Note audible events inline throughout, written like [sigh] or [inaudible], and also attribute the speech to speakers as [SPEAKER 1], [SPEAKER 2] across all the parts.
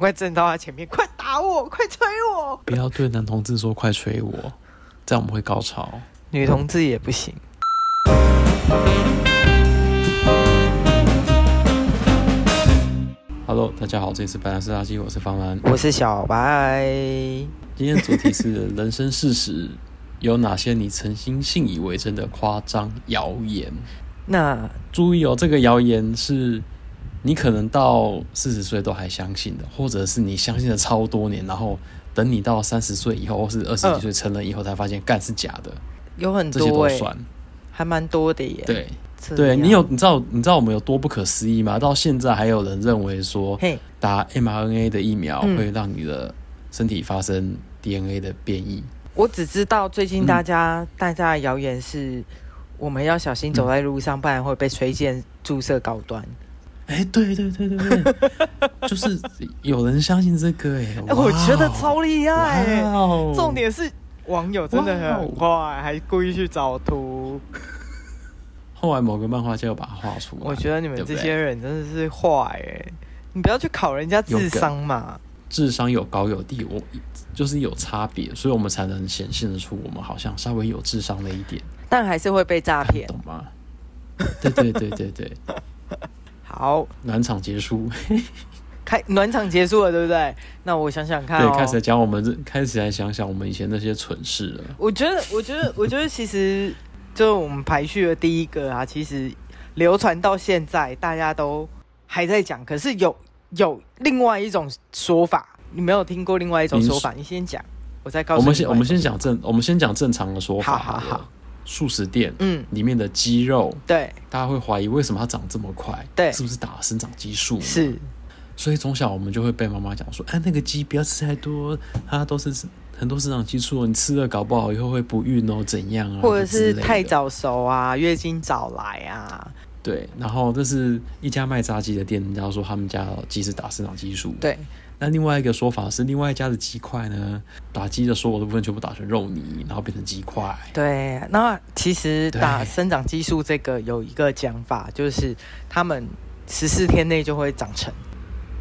[SPEAKER 1] 快站到他前面，快打我，快捶我。
[SPEAKER 2] 不要对男同志说快吹我，这样我们会高潮。
[SPEAKER 1] 女同志也不行。
[SPEAKER 2] Hello，大家好，这里是白兰是垃圾，我是方兰。
[SPEAKER 1] 我是小哎白，
[SPEAKER 2] 今天的主题是人生事实，有哪些你曾经信以为真的夸张谣言？
[SPEAKER 1] 那
[SPEAKER 2] 注意哦，这个谣言是你可能到四十岁都还相信的，或者是你相信了超多年，然后等你到三十岁以后，或是二十几岁成人以后才发现干是假的，
[SPEAKER 1] 有很
[SPEAKER 2] 这些都
[SPEAKER 1] 多哎、
[SPEAKER 2] 算。
[SPEAKER 1] 还蛮多的耶。
[SPEAKER 2] 嗯对，
[SPEAKER 1] 这样，
[SPEAKER 2] 对你有你知道你知道我们有多不可思议吗？到现在还有人认为说
[SPEAKER 1] 嘿，
[SPEAKER 2] 打 mRNA 的疫苗
[SPEAKER 1] 嗯
[SPEAKER 2] 会让你的身体发生 DNA 的变异。
[SPEAKER 1] 我只知道最近大家、大家的谣言是，我们要小心走在路上，不然会被推荐注射高端。
[SPEAKER 2] 哎、对对对对 [laughs] 对，就是有人相信这个哎、
[SPEAKER 1] 哎、
[SPEAKER 2] 哇
[SPEAKER 1] 我觉得
[SPEAKER 2] 哦
[SPEAKER 1] 超厉害耶、
[SPEAKER 2] 哇哦
[SPEAKER 1] 重点是网友真的很坏，还故意去找图。
[SPEAKER 2] 后来某个漫画家又把它画出来，
[SPEAKER 1] 我觉得你们
[SPEAKER 2] 对不
[SPEAKER 1] 这
[SPEAKER 2] 对
[SPEAKER 1] 些人真的是坏哎、你不要去考人家智商嘛。
[SPEAKER 2] 智商有高有低，我就是有差别，所以我们才能显现得出我们好像稍微有智商了一点，
[SPEAKER 1] 但还是会被诈骗。
[SPEAKER 2] 懂吗？对对对对 [laughs] 对，
[SPEAKER 1] 好，
[SPEAKER 2] 暖场结束。
[SPEAKER 1] 开暖场结束了，对不对？那我想想看、哦，
[SPEAKER 2] 对，开始来讲我们这，开始来想想我们以前那些蠢事了。
[SPEAKER 1] 我觉得，我觉得，我觉得，其实就我们排序的第一个啊，其实流传到现在，大家都还在讲。可是有有另外一种说法，你没有听过另外一种说法？你先讲，我再告
[SPEAKER 2] 我
[SPEAKER 1] 诉你
[SPEAKER 2] 们
[SPEAKER 1] 另外一
[SPEAKER 2] 先
[SPEAKER 1] 种。
[SPEAKER 2] 我们先讲正，我们先讲正常的说法。
[SPEAKER 1] 好好好，
[SPEAKER 2] 素食店
[SPEAKER 1] 嗯，
[SPEAKER 2] 里面的鸡肉，
[SPEAKER 1] 对，
[SPEAKER 2] 大家会怀疑为什么它长这么快？
[SPEAKER 1] 对
[SPEAKER 2] 是不是打了生长激素？。
[SPEAKER 1] 是
[SPEAKER 2] 所以从小我们就会被妈妈讲说，哎，那个鸡不要吃太多，它都是很多生长激素哦，你吃了搞不好以后会不孕哦，怎样啊？
[SPEAKER 1] 或者
[SPEAKER 2] 之
[SPEAKER 1] 是
[SPEAKER 2] 类的
[SPEAKER 1] 太。早熟啊，月经早来啊，
[SPEAKER 2] 对，然后这是一家卖炸鸡的店，人家说他们家的鸡是打生长激素。
[SPEAKER 1] 对，
[SPEAKER 2] 那另外一个说法是，另外一家的鸡块呢，打鸡的所有的部分全部打成肉泥，然后变成鸡块。
[SPEAKER 1] 对，那其实
[SPEAKER 2] 对
[SPEAKER 1] 打生长激素这个有一个讲法，就是他们十四天内就会长成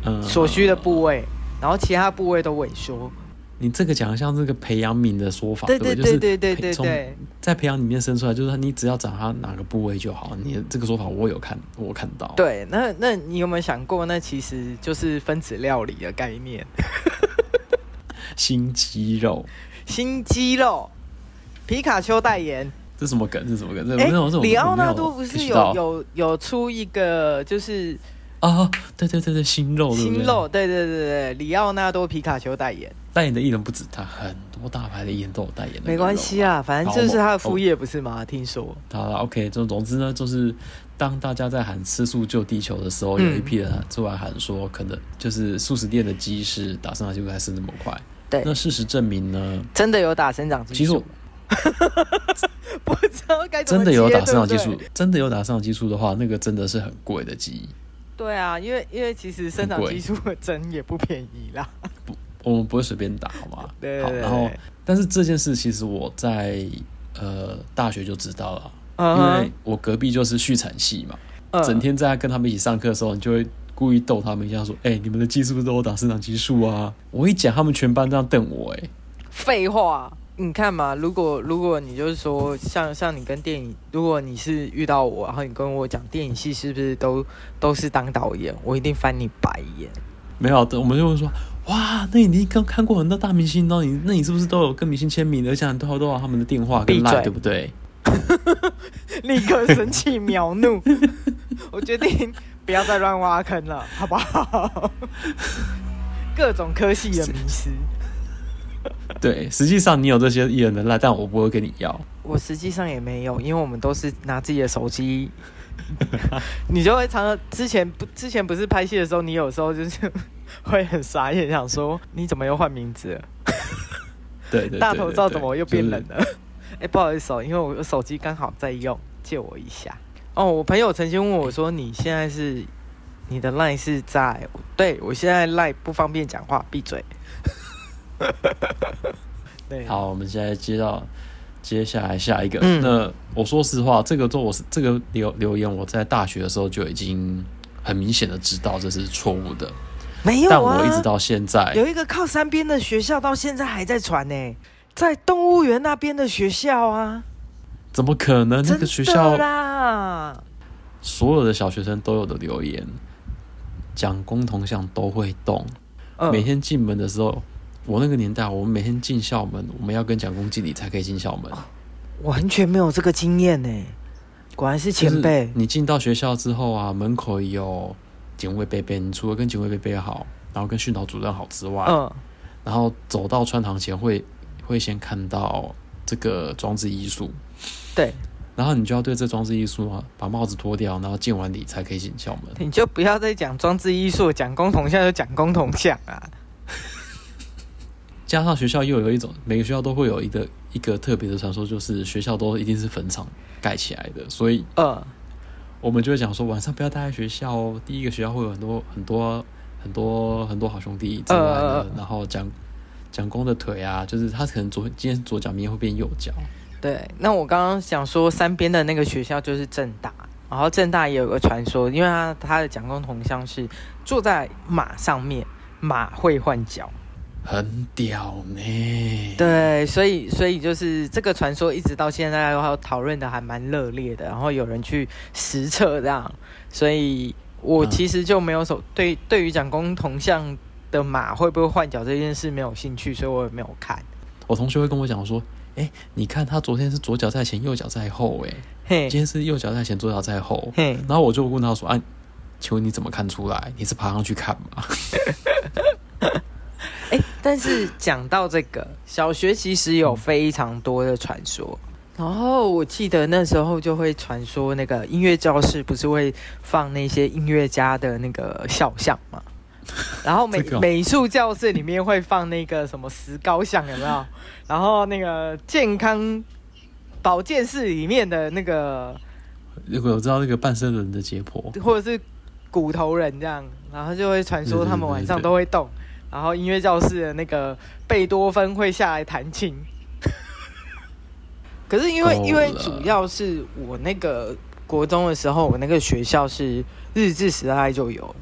[SPEAKER 2] 嗯，
[SPEAKER 1] 所需的部位，然后其他部位都萎缩。
[SPEAKER 2] 你这个讲得像这个培养皿的说法，
[SPEAKER 1] 对
[SPEAKER 2] 不
[SPEAKER 1] 对
[SPEAKER 2] 就是
[SPEAKER 1] 对对对
[SPEAKER 2] 培
[SPEAKER 1] 对
[SPEAKER 2] 从哦
[SPEAKER 1] 对，
[SPEAKER 2] 在培养里面生出来，就是你只要长它哪个部位就好。你的这个说法我有看，我有看到。，
[SPEAKER 1] 对。那那你有没有想过，那其实就是分子料理的概念，
[SPEAKER 2] 新鸡肉，
[SPEAKER 1] 新肌肉。皮卡丘代言，
[SPEAKER 2] 这什么梗？这什么梗？这
[SPEAKER 1] 哎
[SPEAKER 2] 这种这，种
[SPEAKER 1] 里奥纳
[SPEAKER 2] 我没
[SPEAKER 1] 多不是
[SPEAKER 2] 知道
[SPEAKER 1] 有有有出一个就是
[SPEAKER 2] 啊？对对对对，新肉，对不
[SPEAKER 1] 新
[SPEAKER 2] 对
[SPEAKER 1] 肉，对对对对，里奥纳多皮卡丘代言，
[SPEAKER 2] 代言的艺人不止他，很多大牌的艺人都有代言的。
[SPEAKER 1] 没关系啊，反正
[SPEAKER 2] 好
[SPEAKER 1] 就是
[SPEAKER 2] 我哦
[SPEAKER 1] 他的副
[SPEAKER 2] 我
[SPEAKER 1] 业不是吗？听说，
[SPEAKER 2] 好了，OK，就总之呢，就是当大家在喊吃素救地球的时候，
[SPEAKER 1] 嗯
[SPEAKER 2] 有一批人出来喊说，可能就是素食店的鸡是打生长激素还是那么快。
[SPEAKER 1] 对
[SPEAKER 2] 那事实证明呢，
[SPEAKER 1] 真的有打生长激素，
[SPEAKER 2] 其实
[SPEAKER 1] [laughs]
[SPEAKER 2] 我
[SPEAKER 1] 不知道该怎
[SPEAKER 2] 真
[SPEAKER 1] 么
[SPEAKER 2] 的有
[SPEAKER 1] 接
[SPEAKER 2] 打生长激
[SPEAKER 1] 对
[SPEAKER 2] 素
[SPEAKER 1] 不对，
[SPEAKER 2] 真的有打生长激素的话，那个真的是很贵的鸡。
[SPEAKER 1] 对啊，因为因为其实生长
[SPEAKER 2] 很贵
[SPEAKER 1] 激素的针也不便宜啦。
[SPEAKER 2] 我们不会随便打，好吗？
[SPEAKER 1] [laughs] 对
[SPEAKER 2] 好，
[SPEAKER 1] 对对
[SPEAKER 2] 然后，但是这件事其实我在呃大学就知道了，
[SPEAKER 1] 嗯
[SPEAKER 2] 因为
[SPEAKER 1] 哼
[SPEAKER 2] 我隔壁就是畜产系嘛，
[SPEAKER 1] 嗯
[SPEAKER 2] 整天在跟他们一起上课的时候，你就会故意逗他们一下，说：“哎、你们的技术不是都有打生长激素啊？”我一讲，他们全班这样瞪我、哎，
[SPEAKER 1] 废话，你看嘛，如果如果你就是说，像像你跟电影，如果你是遇到我，然后你跟我讲电影系是不是都都是当导演，我一定翻你白眼。
[SPEAKER 2] 没有，我们就会说：“哇，那你刚看过很多大明星哦，你那你是不是都有跟明星签名，而且很多都有他们的电话跟
[SPEAKER 1] 闭嘴
[SPEAKER 2] line，对不对？”
[SPEAKER 1] 立刻生气秒怒， [laughs] 我决定不要再乱挖坑了，好不好？ [laughs] 各种科系的迷失。
[SPEAKER 2] 对，实际上你有这些艺人的 line，但我不会跟你要。
[SPEAKER 1] 我实际上也没有，因为我们都是拿自己的手机， [laughs] 你就会常常之前不之前不是拍戏的时候，你有时候就是 [laughs] 会很傻眼，想说你怎么又换名字了？
[SPEAKER 2] 对对对
[SPEAKER 1] 大头照怎么又变冷？
[SPEAKER 2] 对对
[SPEAKER 1] 了？ [laughs] 哎、不好意思哦，因为我手机刚好在用，借我一下。哦，我朋友曾经问我说：“你现在是你的 line 是在？”对我现在 line 不方便讲话，闭 [laughs] 嘴。对，
[SPEAKER 2] 就是好，我们现在接到接下来下一个。
[SPEAKER 1] 嗯
[SPEAKER 2] 那我说实话，这个做我是这个留留言，我在大学的时候就已经很明显的知道这是错误的。
[SPEAKER 1] 没有啊
[SPEAKER 2] 但我一直到现在，
[SPEAKER 1] 有一个靠山边的学校到现在还在传呢、在动物园那边的学校啊，
[SPEAKER 2] 怎么可能？那
[SPEAKER 1] 真
[SPEAKER 2] 个
[SPEAKER 1] 的
[SPEAKER 2] 学校
[SPEAKER 1] 啦，
[SPEAKER 2] 所有的小学生都有的留言，讲共同项都会动。
[SPEAKER 1] 嗯
[SPEAKER 2] 每天进门的时候，我那个年代，我们每天进校门，我们要跟蒋公敬礼才可以进校门。
[SPEAKER 1] 完全没有这个经验呢、果然是前辈
[SPEAKER 2] 就是。你进到学校之后啊，门口有警卫贝贝，你除了跟警卫贝贝好，然后跟训导主任好之外，
[SPEAKER 1] 嗯，
[SPEAKER 2] 然后走到穿堂前会会先看到这个装置艺术，
[SPEAKER 1] 对，
[SPEAKER 2] 然后你就要对这装置艺术啊，把帽子脱掉，然后敬完礼才可以进校门。
[SPEAKER 1] 你就不要再讲装置艺术，讲工铜像就讲工铜像啊。
[SPEAKER 2] 加上学校又有一种，每个学校都会有一个一个特别的传说，就是学校都一定是坟场盖起来的，所以
[SPEAKER 1] 嗯，
[SPEAKER 2] 我们就会讲说晚上不要待在学校哦。第一个学校会有很多很多很多很多好兄弟之外呢，
[SPEAKER 1] 嗯嗯
[SPEAKER 2] 然后讲讲公的腿啊，就是他可能左今天左脚，明天会变右脚。
[SPEAKER 1] 对。那我刚刚想说，山边的那个学校就是正大，然后正大也有个传说，因为他他的蒋公铜像是坐在马上面，马会换脚。
[SPEAKER 2] 很屌呢，
[SPEAKER 1] 对，所以所以就是这个传说一直到现在，然后讨论的还蛮热烈的，然后有人去实测这样，所以我
[SPEAKER 2] 嗯
[SPEAKER 1] 其实就没有手、对对于蒋公铜像的马会不会换脚这件事没有兴趣，所以我也没有看。
[SPEAKER 2] 我同学会跟我讲说，哎、你看他昨天是左脚在前，右脚在后、诶
[SPEAKER 1] 嘿
[SPEAKER 2] 哎，今，天是右脚在前，左脚在后。
[SPEAKER 1] 嘿，
[SPEAKER 2] 然后我就问他说，啊，请问你怎么看出来？你是爬上去看吗？ [laughs]
[SPEAKER 1] 哎、但是讲到这个，小学其实有非常多的传说。然后我记得那时候就会传说，那个音乐教室不是会放那些音乐家的那个肖像嘛？然后美、
[SPEAKER 2] 这个哦
[SPEAKER 1] 美术教室里面会放那个什么石膏像，有没有？然后那个健康保健室里面的那个，
[SPEAKER 2] 如果我知道那个半身人的解剖，
[SPEAKER 1] 或者是骨头人这样，然后就会传说他们晚上都会动，然后音乐教室的那个贝多芬会下来弹琴。 [laughs] 可是因为
[SPEAKER 2] 够了
[SPEAKER 1] 因为主要是我那个国中的时候，我那个学校是日治时代就有了，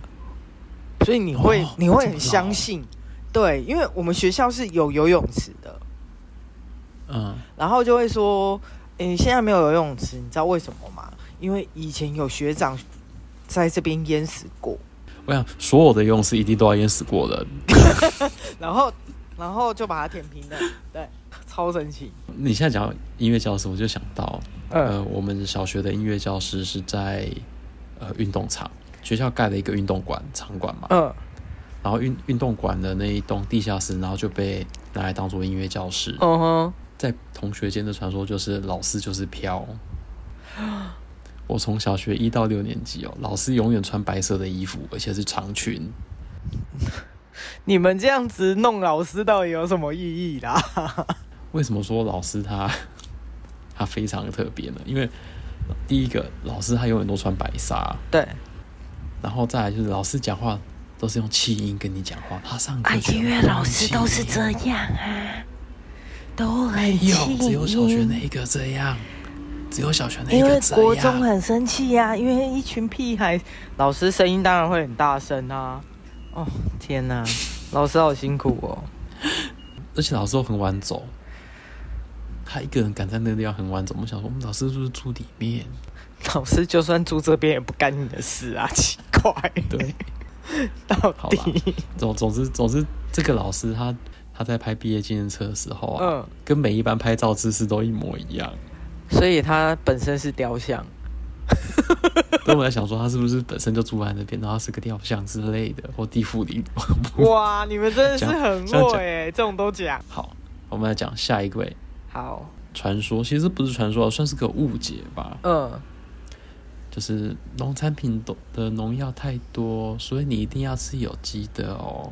[SPEAKER 1] 所以你会、
[SPEAKER 2] 哦
[SPEAKER 1] 你会
[SPEAKER 2] 这
[SPEAKER 1] 很
[SPEAKER 2] 么老
[SPEAKER 1] 相信，对，因为我们学校是有游泳池的，
[SPEAKER 2] 嗯，
[SPEAKER 1] 然后就会说，诶、现在没有游泳池，你知道为什么吗？因为以前有学长在这边淹死过，
[SPEAKER 2] 我想所有的游泳池一定都要淹死过人。
[SPEAKER 1] 然后然后就把它填平了，对，超神奇。
[SPEAKER 2] 你现在讲到音乐教室，我就想到，
[SPEAKER 1] 嗯
[SPEAKER 2] 呃，我们小学的音乐教室是在呃运动场，学校盖了一个运动馆场馆嘛，
[SPEAKER 1] 嗯
[SPEAKER 2] 然后运运动馆的那一栋地下室，然后就被拿来当做音乐教室。
[SPEAKER 1] 嗯哼，
[SPEAKER 2] 在同学间的传说就是老师就是飘。我从小学一到六年级哦，老师永远穿白色的衣服，而且是长裙。
[SPEAKER 1] 你们这样子弄老师到底有什么意义啦？
[SPEAKER 2] 为什么说老师他 [laughs] 他非常的特别呢？因为第一个，老师他永远都穿白纱，
[SPEAKER 1] 对，
[SPEAKER 2] 然后再来就是老师讲话都是用气音跟你讲话，他上课
[SPEAKER 3] 啊，
[SPEAKER 2] 全
[SPEAKER 3] 音
[SPEAKER 2] 部
[SPEAKER 3] 乐
[SPEAKER 2] 都
[SPEAKER 3] 老
[SPEAKER 2] 用
[SPEAKER 3] 师
[SPEAKER 2] 气
[SPEAKER 3] 都是
[SPEAKER 2] 音
[SPEAKER 3] 这样啊，都
[SPEAKER 2] 没
[SPEAKER 3] 很
[SPEAKER 2] 有，
[SPEAKER 3] 气
[SPEAKER 2] 哎只有小学
[SPEAKER 3] 音
[SPEAKER 2] 那一个这样，只有小学那一
[SPEAKER 3] 因
[SPEAKER 2] 个
[SPEAKER 3] 为
[SPEAKER 2] 这
[SPEAKER 3] 国中
[SPEAKER 2] 样。
[SPEAKER 3] 很生气呀、因
[SPEAKER 1] 啊因为一群屁孩，老师声音当然会很大声啊。哦，天哪，老师好辛苦哦。
[SPEAKER 2] 而且老师都很晚走，他一个人赶在那个地方很晚走。我们想说，我们嗯老师是不是住里面？
[SPEAKER 1] 老师就算住这边也不干你的事啊，奇怪，
[SPEAKER 2] 对，
[SPEAKER 1] 到
[SPEAKER 2] 好啦
[SPEAKER 1] 底，
[SPEAKER 2] 总总之总之，这个老师他他在拍毕业纪念册的时候啊，
[SPEAKER 1] 嗯。
[SPEAKER 2] 跟每一班拍照姿势都一模一样。
[SPEAKER 1] 所以它本身是雕像。
[SPEAKER 2] 所以我在想说，他是不是本身就住在那边，然后他是个雕像之类的，或地府里
[SPEAKER 1] [laughs] 哇，你们真的是很
[SPEAKER 2] 这样
[SPEAKER 1] 会
[SPEAKER 2] 讲
[SPEAKER 1] 哎、这种都讲。
[SPEAKER 2] 好，我们来讲下一位
[SPEAKER 1] 好，
[SPEAKER 2] 传说，其实不是传说，算是个误解吧。
[SPEAKER 1] 嗯，
[SPEAKER 2] 就是农产品都的农药太多，所以你一定要吃有机的哦。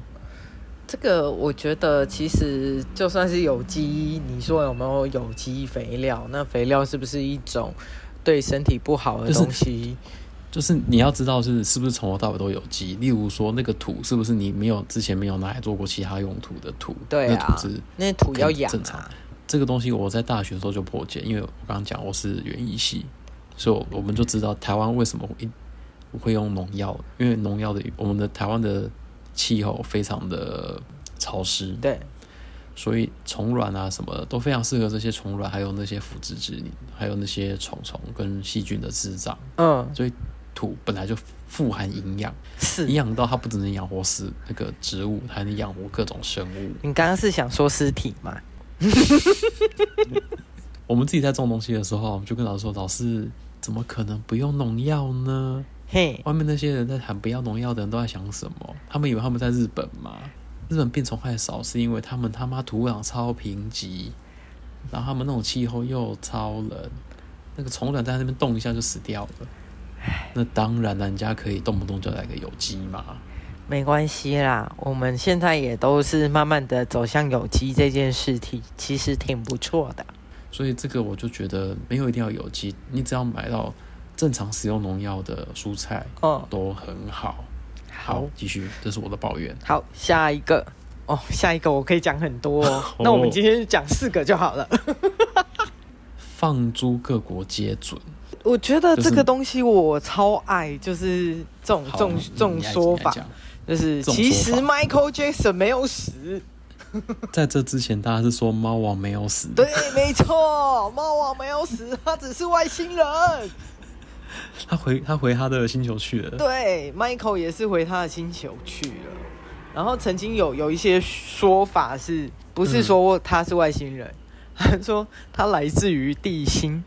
[SPEAKER 1] 这个我觉得其实就算是有机，你说有没有有机肥料？那肥料是不是一种对身体不好的
[SPEAKER 2] 就是
[SPEAKER 1] 东西？
[SPEAKER 2] 就是你要知道是是不是从头到尾都有机，例如说那个土是不是你没有之前没有拿来做过其他用途的土，
[SPEAKER 1] 对啊
[SPEAKER 2] 那土是
[SPEAKER 1] 那土要养、啊，
[SPEAKER 2] 正常这个东西我在大学的时候就破解，因为我刚刚讲我是园艺系，所以我们就知道台湾为什么一会用农药，因为农药的我们的台湾的气候非常的潮湿，
[SPEAKER 1] 对，
[SPEAKER 2] 所以虫卵啊什么的都非常适合这些虫卵，还有那些腐殖质，还有那些虫虫跟细菌的滋长。
[SPEAKER 1] 嗯，
[SPEAKER 2] 所以土本来就富含营养，
[SPEAKER 1] 是
[SPEAKER 2] 营。养到它不只能养活死那个植物，还能养活各种生物。
[SPEAKER 1] 你刚刚是想说尸体吗？
[SPEAKER 2] 我们自己在种东西的时候，啊我们就跟老师说：“老师，怎么可能不用农药呢？
[SPEAKER 1] 嘿，
[SPEAKER 2] 外面那些人在喊不要农药的人都在想什么？他们以为他们在日本吗？日本病虫害少是因为他们他妈土壤超贫瘠，然后他们那种气候又超冷，那个虫卵在那边动一下就死掉了。那当然啦，人家可以动不动就来个有机嘛。
[SPEAKER 1] 没关系啦，我们现在也都是慢慢的走向有机这件事情，其实挺不错的。
[SPEAKER 2] 所以这个我就觉得没有一定要有机，你只要买到正常使用农药的蔬菜
[SPEAKER 1] 哦，
[SPEAKER 2] 都很好。
[SPEAKER 1] 好，
[SPEAKER 2] 继续，这是我的抱怨。。
[SPEAKER 1] 好，下一个。哦，下一个我可以讲很多哦
[SPEAKER 2] [laughs]
[SPEAKER 1] 那我们今天就讲四个就好了。
[SPEAKER 2] 放诸各国皆准，
[SPEAKER 1] [laughs] 我觉得
[SPEAKER 2] 就是
[SPEAKER 1] 这个东西我超爱，就是这种这
[SPEAKER 2] 好
[SPEAKER 1] 种
[SPEAKER 2] 你
[SPEAKER 1] 这种
[SPEAKER 2] 你来
[SPEAKER 1] 说
[SPEAKER 2] 你来
[SPEAKER 1] 法，
[SPEAKER 2] 讲
[SPEAKER 1] 就是
[SPEAKER 2] 这种
[SPEAKER 1] 其实
[SPEAKER 2] 说
[SPEAKER 1] Michael Jackson 没有死。
[SPEAKER 2] 在这之前，大家是说猫王没有死， [laughs]
[SPEAKER 1] 对，没错，猫王没有死，他只是外星
[SPEAKER 2] [laughs]
[SPEAKER 1] 人。
[SPEAKER 2] 他回他回他的星球去了。
[SPEAKER 1] 对，Michael 也是回他的星球去了。然后曾经有有一些说法是，不
[SPEAKER 2] 嗯
[SPEAKER 1] 是说他是外星人， [laughs] 他说他来自于地心。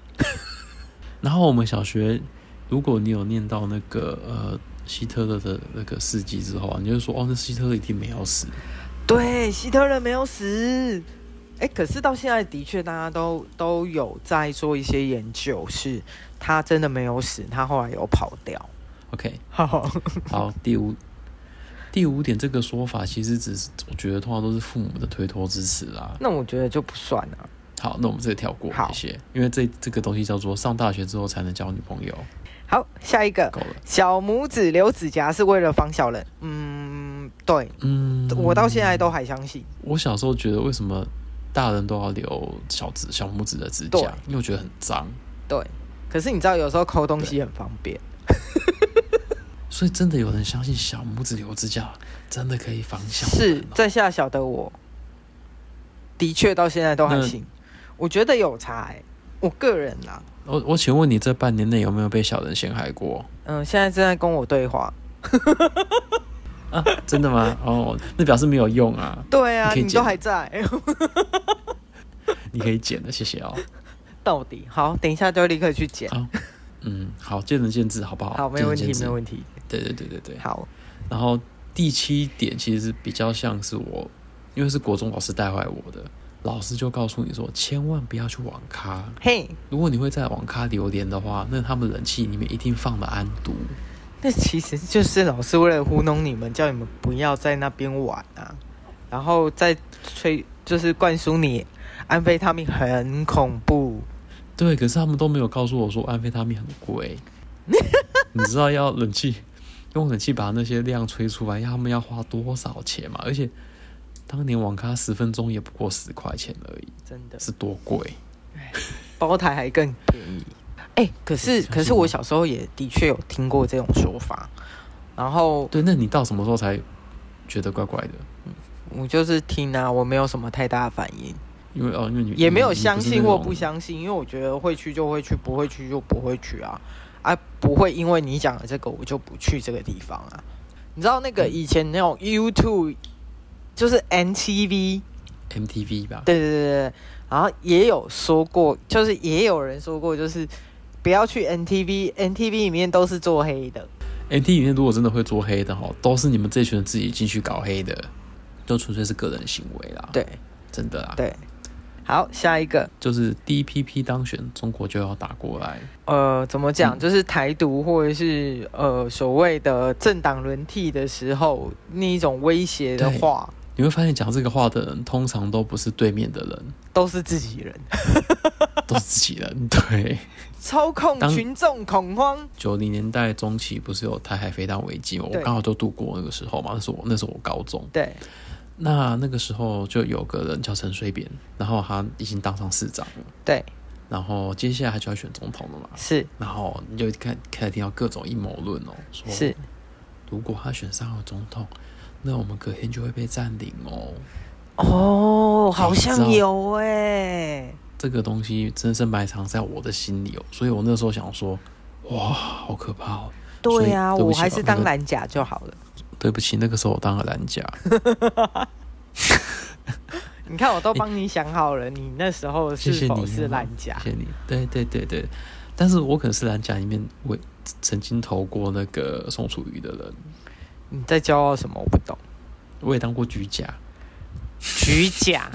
[SPEAKER 2] 然后我们小学，如果你有念到那个呃希特勒的那个事迹之后啊，你就说哦，那希特勒一定没有死。
[SPEAKER 1] 对，希特勒没有死。哎，可是到现在的确，大家都都有在做一些研究，是他真的没有死，他后来有跑掉。 [laughs]
[SPEAKER 2] OK，
[SPEAKER 1] 好，
[SPEAKER 2] 好，第五第五点，这个说法其实只是我觉得通常都是父母的推脱支持啦。
[SPEAKER 1] 那我觉得就不算了、
[SPEAKER 2] 好，那我们这里跳过
[SPEAKER 1] 好
[SPEAKER 2] 一些，因为这这个东西叫做上大学之后才能交女朋友，
[SPEAKER 1] 好，下一个，
[SPEAKER 2] 够了。
[SPEAKER 1] 小拇指留指甲是为了防小人。嗯，对，
[SPEAKER 2] 嗯，
[SPEAKER 1] 我到现在都还相信。
[SPEAKER 2] 我小时候觉得为什么大人都要留小指小拇指的指
[SPEAKER 1] 对
[SPEAKER 2] 甲，因为我觉得很脏，
[SPEAKER 1] 对，可是你知道有时候抠东西很方便。
[SPEAKER 2] 所以真的有人相信小拇指留指甲真的可以防小人
[SPEAKER 1] 是
[SPEAKER 2] 哦、
[SPEAKER 1] 在下小的我，的确到现在都还行。我觉得有差、欸，我个人啊啦，
[SPEAKER 2] 我我请问你这半年内有没有被小人陷害过
[SPEAKER 1] 嗯，现在正在跟我对话。
[SPEAKER 2] 啊？真的吗？哦，那表示没有用啊，
[SPEAKER 1] 对啊，
[SPEAKER 2] 你可以
[SPEAKER 1] 你
[SPEAKER 2] 剪
[SPEAKER 1] 都还在，
[SPEAKER 2] 你可以剪的，谢谢哦。
[SPEAKER 1] [laughs] 到底好，等一下就立刻去剪。
[SPEAKER 2] 啊，嗯，好，见仁见智，好不好？
[SPEAKER 1] 好，没问题，没
[SPEAKER 2] 题。
[SPEAKER 1] 问题。
[SPEAKER 2] 对对对对对。
[SPEAKER 1] 好，
[SPEAKER 2] 然后第七点其实比较像是我，因为是国中老师带坏我的，老师就告诉你说，千万不要去网咖。
[SPEAKER 1] 嘿，
[SPEAKER 2] 如果你会在网咖留言的话，那他们冷气里面一定放了安毒。
[SPEAKER 1] 那其实就是老师为了糊弄你们，叫你们不要在那边玩啊，然后再催，就是灌输你安非他命很恐怖。
[SPEAKER 2] 对，可是他们都没有告诉我说安非他命很贵。
[SPEAKER 1] [laughs]
[SPEAKER 2] 你知道要冷气用冷气把那些量吹出来，要他们要花多少钱嘛？而且当年网咖十分钟也不过十块钱而已，
[SPEAKER 1] 真的
[SPEAKER 2] 是多贵？
[SPEAKER 1] 包台还更便宜。哎、可是可是我小时候也的确有听过这种说法，然后
[SPEAKER 2] 对，那你到什么时候才觉得怪怪的？
[SPEAKER 1] 我就是听啊，我没有什么太大的反应，
[SPEAKER 2] 因为哦，因为你
[SPEAKER 1] 也没有相信或不。
[SPEAKER 2] 你你是那种
[SPEAKER 1] 相信，因为我觉得会去就会去，不会去就不会去啊，啊，不会因为你讲了这个我就不去这个地方啊。你知道那个以前那种 YouTube，就是 MTV，
[SPEAKER 2] MTV 吧？
[SPEAKER 1] 对对对对，对然后也有说过，就是也有人说过，就是不要去 NTV，NTV 里面都是做黑的。
[SPEAKER 2] MTV 里面如果真的会做黑的哈，都是你们这群人自己进去搞黑的，都纯粹是个人行为啦。，
[SPEAKER 1] 对
[SPEAKER 2] 真的啦。啊
[SPEAKER 1] 对，好，下一个，
[SPEAKER 2] 就是 DPP 当选，中国就要打过来。
[SPEAKER 1] 呃，怎么讲？
[SPEAKER 2] 嗯
[SPEAKER 1] 就是台独或者是呃所谓的政党轮替的时候，那一种威胁的
[SPEAKER 2] 对
[SPEAKER 1] 话，
[SPEAKER 2] 你会发现，讲这个话的人通常都不是对面的
[SPEAKER 1] [laughs]
[SPEAKER 2] 人，
[SPEAKER 1] 都是自己人，
[SPEAKER 2] 都是自己人。 [laughs] 对，
[SPEAKER 1] 操控
[SPEAKER 2] 当
[SPEAKER 1] 群众恐慌。
[SPEAKER 2] 九零年代中期不是有台海飞弹危机吗？我
[SPEAKER 1] 对
[SPEAKER 2] 刚好就度过那个时候嘛，那是我那时候我高中。
[SPEAKER 1] 对，
[SPEAKER 2] 那那个时候就有个人叫陈水扁，然后他已经当上市长了，
[SPEAKER 1] 对，
[SPEAKER 2] 然后接下来他就要选总统了嘛。
[SPEAKER 1] 是
[SPEAKER 2] 然后你就开开始听到各种阴谋论哦，说
[SPEAKER 1] 是，
[SPEAKER 2] 如果他选上了总统，那我们隔天就会被占领哦。
[SPEAKER 3] 哦，好
[SPEAKER 2] 你
[SPEAKER 3] 像
[SPEAKER 2] 知道
[SPEAKER 3] 有哎、
[SPEAKER 2] 这个东西真深白藏在我的心里哦，所以我那时候想说，哇，好可怕哦！
[SPEAKER 3] 对呀、
[SPEAKER 2] 所以对不
[SPEAKER 3] 我
[SPEAKER 2] 起
[SPEAKER 3] 还
[SPEAKER 2] 哦
[SPEAKER 3] 是
[SPEAKER 2] 那
[SPEAKER 1] 当
[SPEAKER 2] 个
[SPEAKER 1] 蓝甲就好了。
[SPEAKER 2] 对不起，那个时候我当了蓝甲，
[SPEAKER 1] 你看，我都帮你想好了，你那时候
[SPEAKER 2] 谢
[SPEAKER 1] [laughs]
[SPEAKER 2] 谢
[SPEAKER 1] 是
[SPEAKER 2] 你
[SPEAKER 1] 否
[SPEAKER 2] 哦，
[SPEAKER 1] 是蓝甲？
[SPEAKER 2] 谢谢你，对对对对，但是我可能是蓝甲里面我曾经投过那个宋楚瑜的人，
[SPEAKER 1] 你在骄傲什么？我不懂。
[SPEAKER 2] 我也当过橘甲，
[SPEAKER 1] 举甲，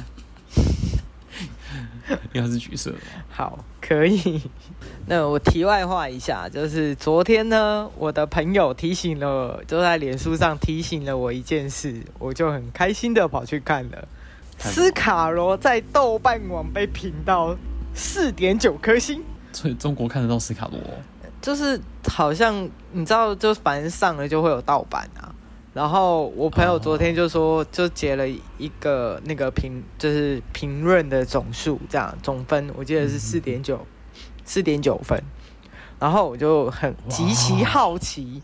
[SPEAKER 2] 因为他是橘色的嘛。
[SPEAKER 1] 好，可以。 [laughs] 那我题外话一下，就是昨天呢，我的朋友提醒了，就在脸书上提醒了我一件事，我就很开心的跑去看了。
[SPEAKER 2] 看什么
[SPEAKER 1] 斯卡罗在豆瓣网被评到四点九颗星，
[SPEAKER 2] 所以中国看得到斯卡罗哦，
[SPEAKER 1] 就是好像你知道，就反正上了就会有盗版啊。然后我朋友昨天就说，就截了一个那个评，就是评论的总数这样总分，我记得是四点九，四点九分。然后我就很极其好奇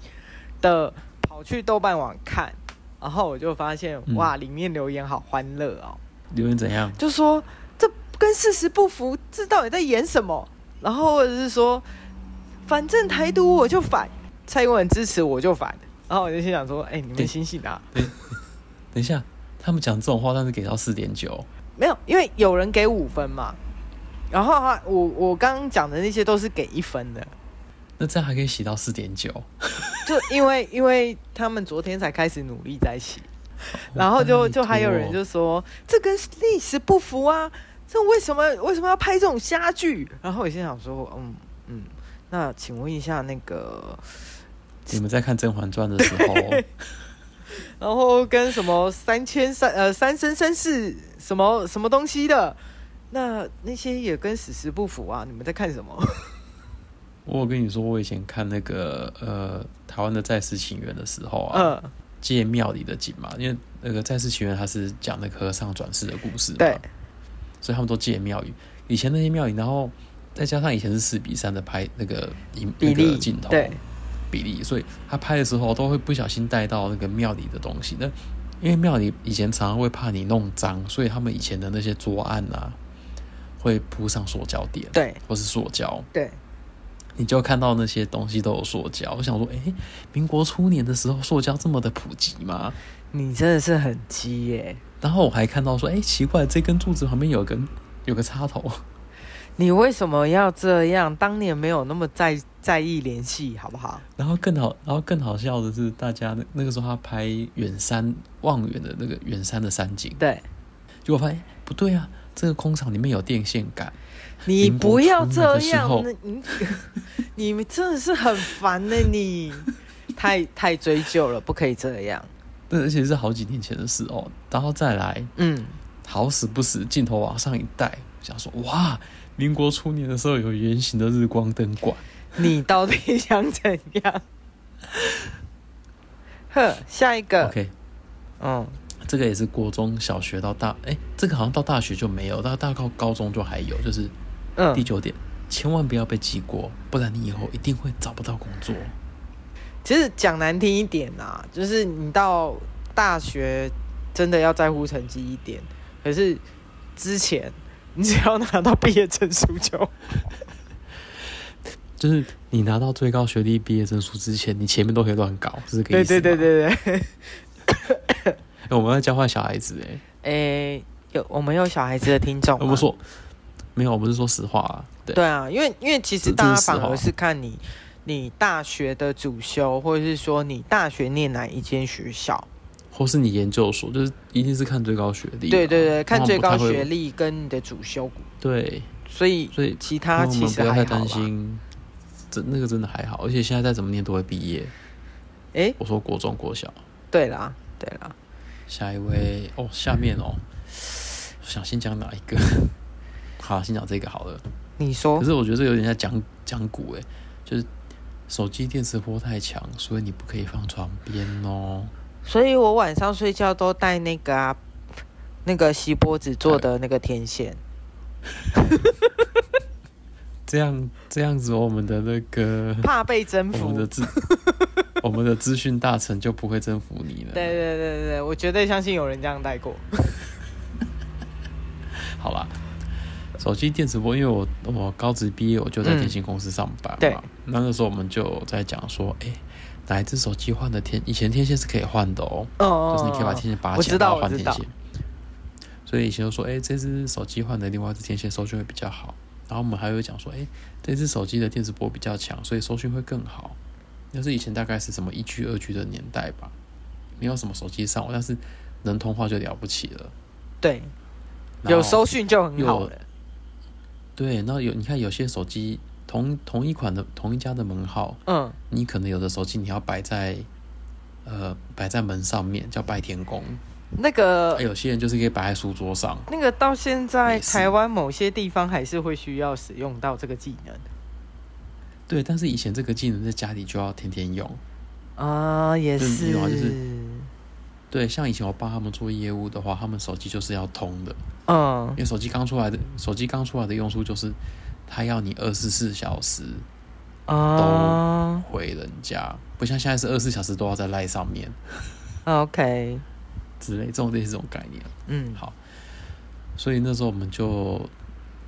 [SPEAKER 1] 的跑去豆瓣网看，然后我就发现
[SPEAKER 2] 嗯
[SPEAKER 1] 哇，里面留言好欢乐哦。
[SPEAKER 2] 留言怎样？
[SPEAKER 1] 就说这跟事实不符，这到底在演什么？然后或者是说，反正台独我就反，蔡英文支持我就反。然后我就心想说，哎、你们
[SPEAKER 2] 对
[SPEAKER 1] 醒醒啊！
[SPEAKER 2] 等一下，他们讲这种话，但是给到四点九，
[SPEAKER 1] 没有，因为有人给五分嘛。然后他，我我刚刚讲的那些都是给一分的，
[SPEAKER 2] 那这样还可以洗到四点九，
[SPEAKER 1] 就因为因为他们昨天才开始努力在写，然后就
[SPEAKER 2] 拜托哦
[SPEAKER 1] 就还有人就说这跟历史不符啊，这为什么为什么要拍这种瞎剧？然后我心想说，嗯嗯，那请问一下那个，
[SPEAKER 2] 你们在看《甄嬛传》的时
[SPEAKER 1] [laughs]
[SPEAKER 2] 候，
[SPEAKER 1] 然后跟什么三千三呃三生三世什么什么东西的，那那些也跟史实不符啊，你们在看什么？
[SPEAKER 2] 我有跟你说，我以前看那个呃台湾的《再世情缘》的时候啊，
[SPEAKER 1] [laughs] 嗯，
[SPEAKER 2] 借庙里的景嘛，因为那个《再世情缘》它是讲那个和尚转世的故事嘛，
[SPEAKER 1] 对，
[SPEAKER 2] 所以他们都借庙宇。以前那些庙宇，然后再加上以前是四比三的拍那个影
[SPEAKER 1] 比例
[SPEAKER 2] 那个镜头
[SPEAKER 1] 对
[SPEAKER 2] 比例，所以他拍的时候都会不小心带到那个庙里的东西。那因为庙里以前常常会怕你弄脏，所以他们以前的那些桌案啊，会铺上塑胶垫，
[SPEAKER 1] 对
[SPEAKER 2] 或是塑胶，
[SPEAKER 1] 对，
[SPEAKER 2] 你就看到那些东西都有塑胶。我想说，诶，民国初年的时候，塑胶这么的普及吗？
[SPEAKER 1] 你真的是很鸡耶、
[SPEAKER 2] 然后我还看到说，哎、奇怪，这根柱子旁边有根有个插头，
[SPEAKER 1] 你为什么要这样？当年没有那么在在意联系，好不好？
[SPEAKER 2] 然后更好，然后更好笑的是，大家那那个时候他拍远山望远的那个远山的山景，
[SPEAKER 1] 对
[SPEAKER 2] 结果发现诶不对啊，这个工厂里面有电线杆，
[SPEAKER 1] 你
[SPEAKER 2] 林伯
[SPEAKER 1] 不要
[SPEAKER 2] 春
[SPEAKER 1] 这
[SPEAKER 2] 那个时
[SPEAKER 1] 样
[SPEAKER 2] 候，
[SPEAKER 1] 你 [laughs] 你们真的是很烦呢、
[SPEAKER 2] [laughs]
[SPEAKER 1] 你太太追究了，不可以这样。
[SPEAKER 2] 那而且是好几年前的事哦。然后再来，
[SPEAKER 1] 嗯，
[SPEAKER 2] 好死不死，镜头往上一带，想说哇，民国初年的时候有圆形的日光灯管，
[SPEAKER 1] 你到底想怎
[SPEAKER 2] [laughs]
[SPEAKER 1] 样？呵，下一个
[SPEAKER 2] OK，
[SPEAKER 1] 嗯，
[SPEAKER 2] 这个也是国中小学到大，哎、这个好像到大学就没有，到大高高中就还有，就是第
[SPEAKER 1] 嗯，
[SPEAKER 2] 九点，千万不要被记过，不然你以后一定会找不到工作。
[SPEAKER 1] 其实讲难听一点啊，就是你到大学真的要在乎成绩一点，可是之前你只要拿到毕业证书就好
[SPEAKER 2] 就是你拿到最高学历毕业证书之前，你前面都可以乱搞，是这个
[SPEAKER 1] 对
[SPEAKER 2] 意思
[SPEAKER 1] 对对
[SPEAKER 2] 吗、
[SPEAKER 1] 对对，
[SPEAKER 2] 哎我们要教坏小孩子哎、
[SPEAKER 1] 诶、有我们有小孩子的听众吗，啊
[SPEAKER 2] 我们说没有，我们是说实话、啊。对，
[SPEAKER 1] 对啊，因为因为其实
[SPEAKER 2] 这
[SPEAKER 1] 大家
[SPEAKER 2] 这是实
[SPEAKER 1] 反而
[SPEAKER 2] 话
[SPEAKER 1] 是看你你大学的主修，或者是说你大学念哪一间学校，
[SPEAKER 2] 或是你研究所，就是一定是看最高学历、啊。
[SPEAKER 1] 对对对，看最高
[SPEAKER 2] 通常不太
[SPEAKER 1] 学
[SPEAKER 2] 会。
[SPEAKER 1] 历跟你的主修，
[SPEAKER 2] 对，
[SPEAKER 1] 所以
[SPEAKER 2] 所以
[SPEAKER 1] 其他
[SPEAKER 2] 朋友
[SPEAKER 1] 其
[SPEAKER 2] 们
[SPEAKER 1] 实
[SPEAKER 2] 不要
[SPEAKER 1] 还好
[SPEAKER 2] 太担
[SPEAKER 1] 啦。
[SPEAKER 2] 心，真那个真的还好，而且现在再怎么念都会毕业。
[SPEAKER 1] 诶
[SPEAKER 2] 我说国中、国小。
[SPEAKER 1] 对啦，对啦，
[SPEAKER 2] 下一位哦，下面哦，我想先讲哪一个？ [laughs] 好，先讲这个好了。
[SPEAKER 1] 你说
[SPEAKER 2] 可是我觉得这有点像讲讲古哎，就是手机电磁波太强，所以你不可以放床边哦。
[SPEAKER 1] 所以我晚上睡觉都带那个啊，那个锡箔纸做的那个天线。
[SPEAKER 2] 这样这样子，我们的那个
[SPEAKER 1] 怕被征
[SPEAKER 2] 嗯我们
[SPEAKER 1] 服，
[SPEAKER 2] 的自我们的资讯大臣就不会征服你了。
[SPEAKER 1] 对对对对，我绝对相信有人这样带过。
[SPEAKER 2] 好啦，手机电子波，因为我我高职毕业我就在
[SPEAKER 1] 嗯
[SPEAKER 2] 电信公司上班嘛，
[SPEAKER 1] 对
[SPEAKER 2] 那那时候我们就在讲说，哎、哪一只手机换的天，以前天线是可以换的哦，
[SPEAKER 1] 哦
[SPEAKER 2] 就是你可以把天线拔
[SPEAKER 1] 我
[SPEAKER 2] 起
[SPEAKER 1] 知
[SPEAKER 2] 来
[SPEAKER 1] 道
[SPEAKER 2] 然后换
[SPEAKER 1] 我知
[SPEAKER 2] 天
[SPEAKER 1] 道
[SPEAKER 2] 线。所以以前就说，哎、这只手机换的另外一只天线收讯会比较好。然后我们还有讲说，哎、这只手机的电磁波比较强，所以收讯会更好。那是以前大概是什么一 G、二 G 的年代吧，没有什么手机上网，但是能通话就了不起了。
[SPEAKER 1] 对，
[SPEAKER 2] 然
[SPEAKER 1] 有
[SPEAKER 2] 后
[SPEAKER 1] 收讯就很
[SPEAKER 2] 又
[SPEAKER 1] 好了。
[SPEAKER 2] 对，然后有你看有些手机同同一款的同一家的门号，
[SPEAKER 1] 嗯，
[SPEAKER 2] 你可能有的手机你要摆在呃摆在门上面叫拜天公，呃
[SPEAKER 1] 那个、
[SPEAKER 2] 而有些人就是可以摆在书桌上。
[SPEAKER 1] 那个到现在
[SPEAKER 2] 没事
[SPEAKER 1] 台湾某些地方还是会需要使用到这个技能
[SPEAKER 2] 对，但是以前这个技能在家里就要天天用。
[SPEAKER 1] 啊，也
[SPEAKER 2] 就是你懂吗就是对，像以前我爸他们做业务的话，他们手机就是要通的，
[SPEAKER 1] 嗯
[SPEAKER 2] 因为手机刚出来的手机刚出来的用处就是，它要你二十四小时
[SPEAKER 1] 啊
[SPEAKER 2] 回人家，不像现在是二十四小时都要在赖上面
[SPEAKER 1] 啊，OK，
[SPEAKER 2] 之类，这种类似这种概念。
[SPEAKER 1] 嗯
[SPEAKER 2] 好所以那时候我们就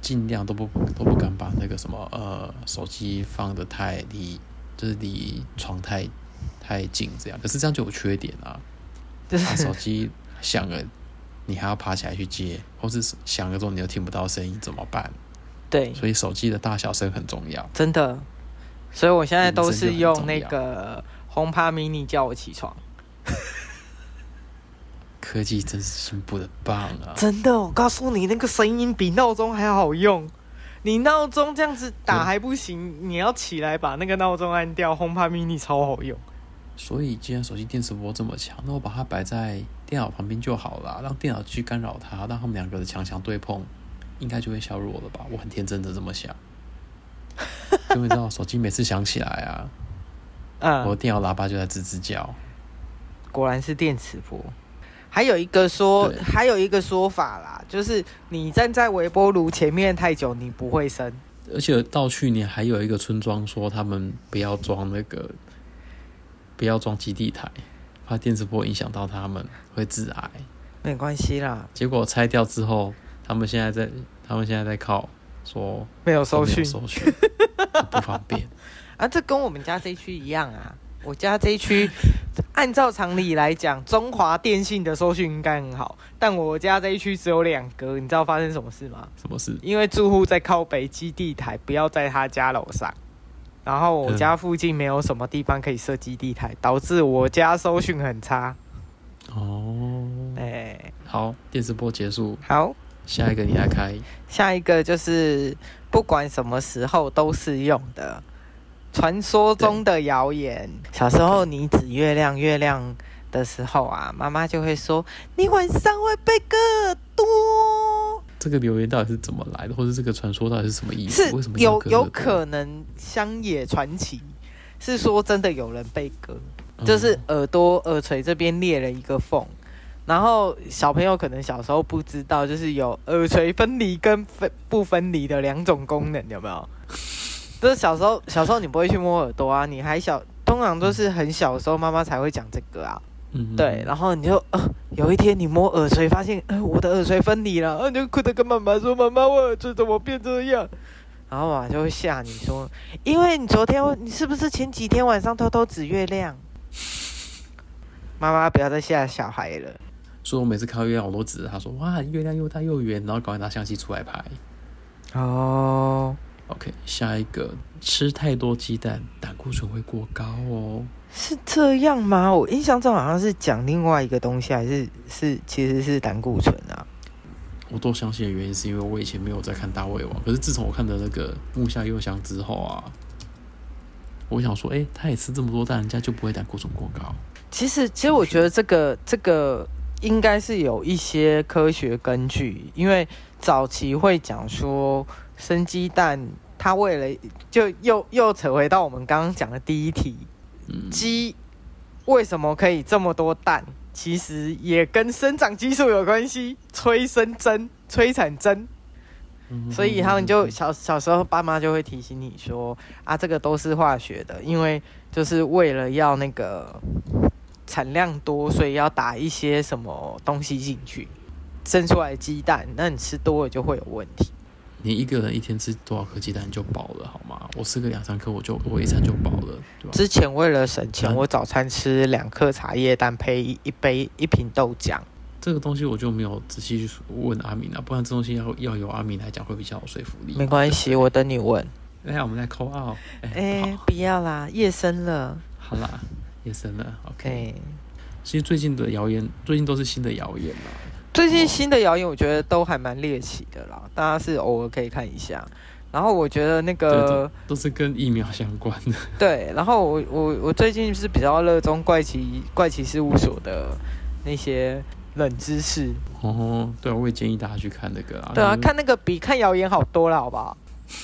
[SPEAKER 2] 尽量都不都不敢把那个什么呃手机放的太离，就是离床太太近这样。可是这样就有缺点啊，
[SPEAKER 1] 就
[SPEAKER 2] 把
[SPEAKER 1] 是
[SPEAKER 2] 手机响了，你还要爬起来去接，或是响了之后你又听不到声音怎么办？
[SPEAKER 1] [laughs] 对，
[SPEAKER 2] 所以手机的大小声很重要。
[SPEAKER 1] 真的，所以我现在
[SPEAKER 2] 铃
[SPEAKER 1] 都
[SPEAKER 2] 声就是很
[SPEAKER 1] 用
[SPEAKER 2] 重
[SPEAKER 1] 那
[SPEAKER 2] 要
[SPEAKER 1] 个轰趴 mini 叫我起床。
[SPEAKER 2] 科技真是进步的棒啊！
[SPEAKER 1] 真的，我告诉你，那个声音比闹钟还好用。你闹钟这样子打
[SPEAKER 2] 对
[SPEAKER 1] 还不行，你要起来把那个闹钟按掉。轰趴 mini 超好用。
[SPEAKER 2] 所以既然手机电磁波这么强，那我把它摆在电脑旁边就好了，让电脑去干扰它，让他们两个的强强对碰，应该就会削弱了吧？我很天真的这么想。 [laughs] 就你知道，手机每次响起来啊，
[SPEAKER 1] 嗯，
[SPEAKER 2] 我的电脑喇叭就在吱吱叫。
[SPEAKER 1] 果然是电磁波。还有一个说
[SPEAKER 2] 对，
[SPEAKER 1] 还有一个说法啦，就是你站在微波炉前面太久，你不会生。
[SPEAKER 2] 而且到去年还有一个村庄说，他们不要装那个，不要装基地台，怕电磁波影响到他们会致癌。
[SPEAKER 1] 没关系啦，
[SPEAKER 2] 结果拆掉之后，他们现在在，他们现在在靠说
[SPEAKER 1] 没有
[SPEAKER 2] 都
[SPEAKER 1] 收
[SPEAKER 2] 没有
[SPEAKER 1] 讯
[SPEAKER 2] 搜寻，不方便。
[SPEAKER 1] 啊，这跟我们家这一区一样啊。我家这一区， [laughs] 按照常理来讲，中华电信的收讯应该很好，但我家这一区只有两格，你知道发生什么事吗？
[SPEAKER 2] 什么事？
[SPEAKER 1] 因为住户在靠北基地台，不要在他家楼上。然后我家附近没有什么地方可以设基地台，导致我家收讯很差。
[SPEAKER 2] 哦，
[SPEAKER 1] 哎、
[SPEAKER 2] 好，电磁波结束，
[SPEAKER 1] 好，
[SPEAKER 2] 下一个你来开。
[SPEAKER 1] 下一个就是不管什么时候都适用的传说中的谣言。小时候你指月亮，月亮的时候啊，妈妈就会说你晚上会被割耳朵，
[SPEAKER 2] 这个留言到底是怎么来的，或者这个传说到底是什么意思？
[SPEAKER 1] 是
[SPEAKER 2] 为什么要
[SPEAKER 1] 有
[SPEAKER 2] 割
[SPEAKER 1] 有
[SPEAKER 2] 耳朵
[SPEAKER 1] 可能乡野传奇，是说真的有人被割。
[SPEAKER 2] 嗯
[SPEAKER 1] 就是耳朵耳垂这边裂了一个缝，然后小朋友可能小时候不知道，就是有耳垂分离跟分不分离的两种功能，有没有？ [laughs] 就是小时候小时候你不会去摸耳朵啊，你还小，通常都是很小的时候妈妈才会讲这个啊。
[SPEAKER 2] 嗯，嗯
[SPEAKER 1] 对，然后你就呃，有一天你摸耳垂，发现 [laughs] 呃我的耳垂分离了，呃然后你就哭着跟妈妈说：“妈妈，我耳垂怎么变这样？”然后妈妈就会吓你说：“因为你昨天你是不是前几天晚上偷偷指月亮？”妈妈不要再吓小孩了。
[SPEAKER 2] 所以我每次看到月亮，我都指着他说：“哇，月亮又大又圆。”然后赶快拿相机出来拍。
[SPEAKER 1] 哦，
[SPEAKER 2] OK，下一个，吃太多鸡蛋，胆固醇会过高哦。
[SPEAKER 1] 是这样吗？我印象中好像是讲另外一个东西，还是是其实是胆固醇啊？
[SPEAKER 2] 我都相信的原因是因为我以前没有在看大胃王，可是自从我看的那个木下佑香之后啊，我想说，哎、他也吃这么多蛋，人家就不会胆固醇过高。
[SPEAKER 1] 其实，其实我觉得这个这个应该是有一些科学根据，因为早期会讲说生鸡蛋，它为了就又又扯回到我们刚刚讲的第一题，
[SPEAKER 2] 嗯，
[SPEAKER 1] 鸡为什么可以这么多蛋？其
[SPEAKER 2] 嗯
[SPEAKER 1] 实也跟生长激素有关系，催生针、催产针。所以他们就小小时候爸妈就会提醒你说啊，这个都是化学的，因为就是为了要那个产量多，所以要打一些什么东西进去，生出来的鸡蛋，那你吃多了就会有问题。
[SPEAKER 2] 你一个人一天吃多少颗鸡蛋就饱了，好吗？我吃个两三颗，我就我一餐就饱了，对吧？
[SPEAKER 1] 之前为了省钱，
[SPEAKER 2] 嗯
[SPEAKER 1] 我早餐吃两颗茶叶蛋配一一杯一瓶豆浆。
[SPEAKER 2] 这个东西我就没有仔细去问阿敏啊，不然这东西要要由阿敏来讲会比较有说服力。
[SPEAKER 1] 没关系，我等你问。
[SPEAKER 2] 哎呀，我们来扣二，
[SPEAKER 1] 哎、
[SPEAKER 2] 哎，
[SPEAKER 1] 不要啦，夜深了。
[SPEAKER 2] 好好啦，夜深了，OK。
[SPEAKER 1] 对，
[SPEAKER 2] 其实最近的谣言，最近都是新的谣言啦。
[SPEAKER 1] 最近
[SPEAKER 2] 哦
[SPEAKER 1] 新的谣言我觉得都还蛮猎奇的啦，大家是偶尔可以看一下。然后我觉得
[SPEAKER 2] 呃
[SPEAKER 1] 那个
[SPEAKER 2] 都是跟疫苗相关的。
[SPEAKER 1] 对，然后我我我最近是比较热衷怪奇怪奇事务所的那些冷知识。
[SPEAKER 2] [laughs] 哦，对啊，我也建议大家去看那个啊。
[SPEAKER 1] 对啊，
[SPEAKER 2] 因为
[SPEAKER 1] 看那个比看谣言好多了，好不好？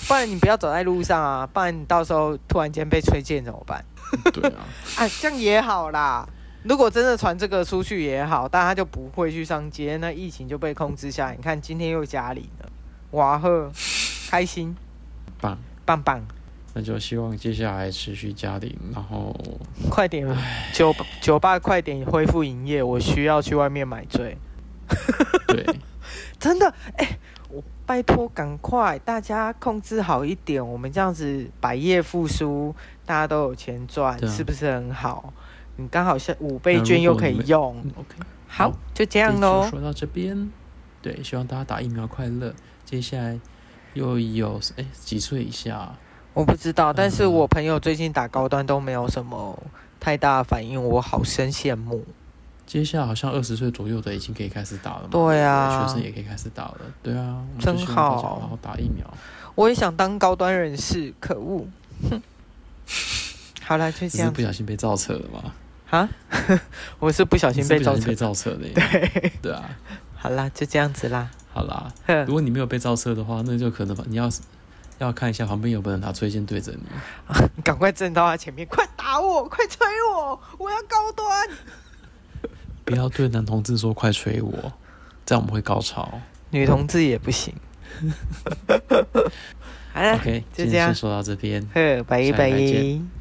[SPEAKER 1] 不然你不要走在路上啊，不然你到时候突然间被推荐怎么办？
[SPEAKER 2] 对啊，
[SPEAKER 1] 啊，这样也好啦。如果真的传这个出去也好，大家就不会去上街，那疫情就被控制下来。你看今天又加零了，哇呵，开心
[SPEAKER 2] 棒。
[SPEAKER 1] 棒棒，
[SPEAKER 2] 那就希望接下来持续加零，然
[SPEAKER 1] [laughs]
[SPEAKER 2] 后
[SPEAKER 1] 快点酒酒吧快点恢复营业，我需要去外面买醉。
[SPEAKER 2] 对
[SPEAKER 1] 真的，哎、我拜托赶快，大家控制好一点，我们这样子百业复苏，大家都有钱赚，
[SPEAKER 2] 对啊
[SPEAKER 1] 是不是很好？你刚好是五倍
[SPEAKER 2] 那
[SPEAKER 1] 券
[SPEAKER 2] 如
[SPEAKER 1] 又
[SPEAKER 2] 果
[SPEAKER 1] 可
[SPEAKER 2] 你
[SPEAKER 1] 以
[SPEAKER 2] 们
[SPEAKER 1] 用，
[SPEAKER 2] 嗯，OK。
[SPEAKER 1] 好
[SPEAKER 2] 好，
[SPEAKER 1] 就这
[SPEAKER 2] 这一
[SPEAKER 1] 样
[SPEAKER 2] 集
[SPEAKER 1] 喽。
[SPEAKER 2] 说到这边，对，希望大家打疫苗快乐。接下来又有哎几岁以下？
[SPEAKER 1] 我不知道，但是
[SPEAKER 2] 嗯
[SPEAKER 1] 我朋友最近打高端都没有什么太大的反应，我好生羡慕。
[SPEAKER 2] 接下来好像二十岁左右的已经可以开始打了嘛？
[SPEAKER 1] 对啊
[SPEAKER 2] 学生也可以开始打了。对啊，我们
[SPEAKER 1] 真
[SPEAKER 2] 就希望大家
[SPEAKER 1] 好
[SPEAKER 2] 好好打疫苗。
[SPEAKER 1] 我也想当高端人士，可恶！
[SPEAKER 2] [laughs]
[SPEAKER 1] 哼，好了，就
[SPEAKER 2] 只
[SPEAKER 1] 这
[SPEAKER 2] 是
[SPEAKER 1] 样
[SPEAKER 2] 不小心被造车了嘛？
[SPEAKER 1] 啊， [laughs] 我是不小心被
[SPEAKER 2] 只是
[SPEAKER 1] 造
[SPEAKER 2] 不小心
[SPEAKER 1] 成
[SPEAKER 2] 被。造车的耶。
[SPEAKER 1] [laughs] 对，
[SPEAKER 2] 对啊，
[SPEAKER 1] 好啦，就这样子
[SPEAKER 2] [laughs]
[SPEAKER 1] 啦。
[SPEAKER 2] 好啦，
[SPEAKER 1] 哼
[SPEAKER 2] 如果你没有被造车的话，那就可能吧你要要看一下旁边有没有人拿吹剑对着你。
[SPEAKER 1] 你赶快站到他前面，快打我，快追我，我要高端。
[SPEAKER 2] [laughs] 不要对男同志说快吹我，这样我们会高潮。
[SPEAKER 1] 女同志也不 [laughs] 行。好了
[SPEAKER 2] OK，
[SPEAKER 1] 就这
[SPEAKER 2] 今天
[SPEAKER 1] 样
[SPEAKER 2] 哎先说到这边。
[SPEAKER 1] 呵，拜
[SPEAKER 2] 下礼拜
[SPEAKER 1] 拜。
[SPEAKER 2] 见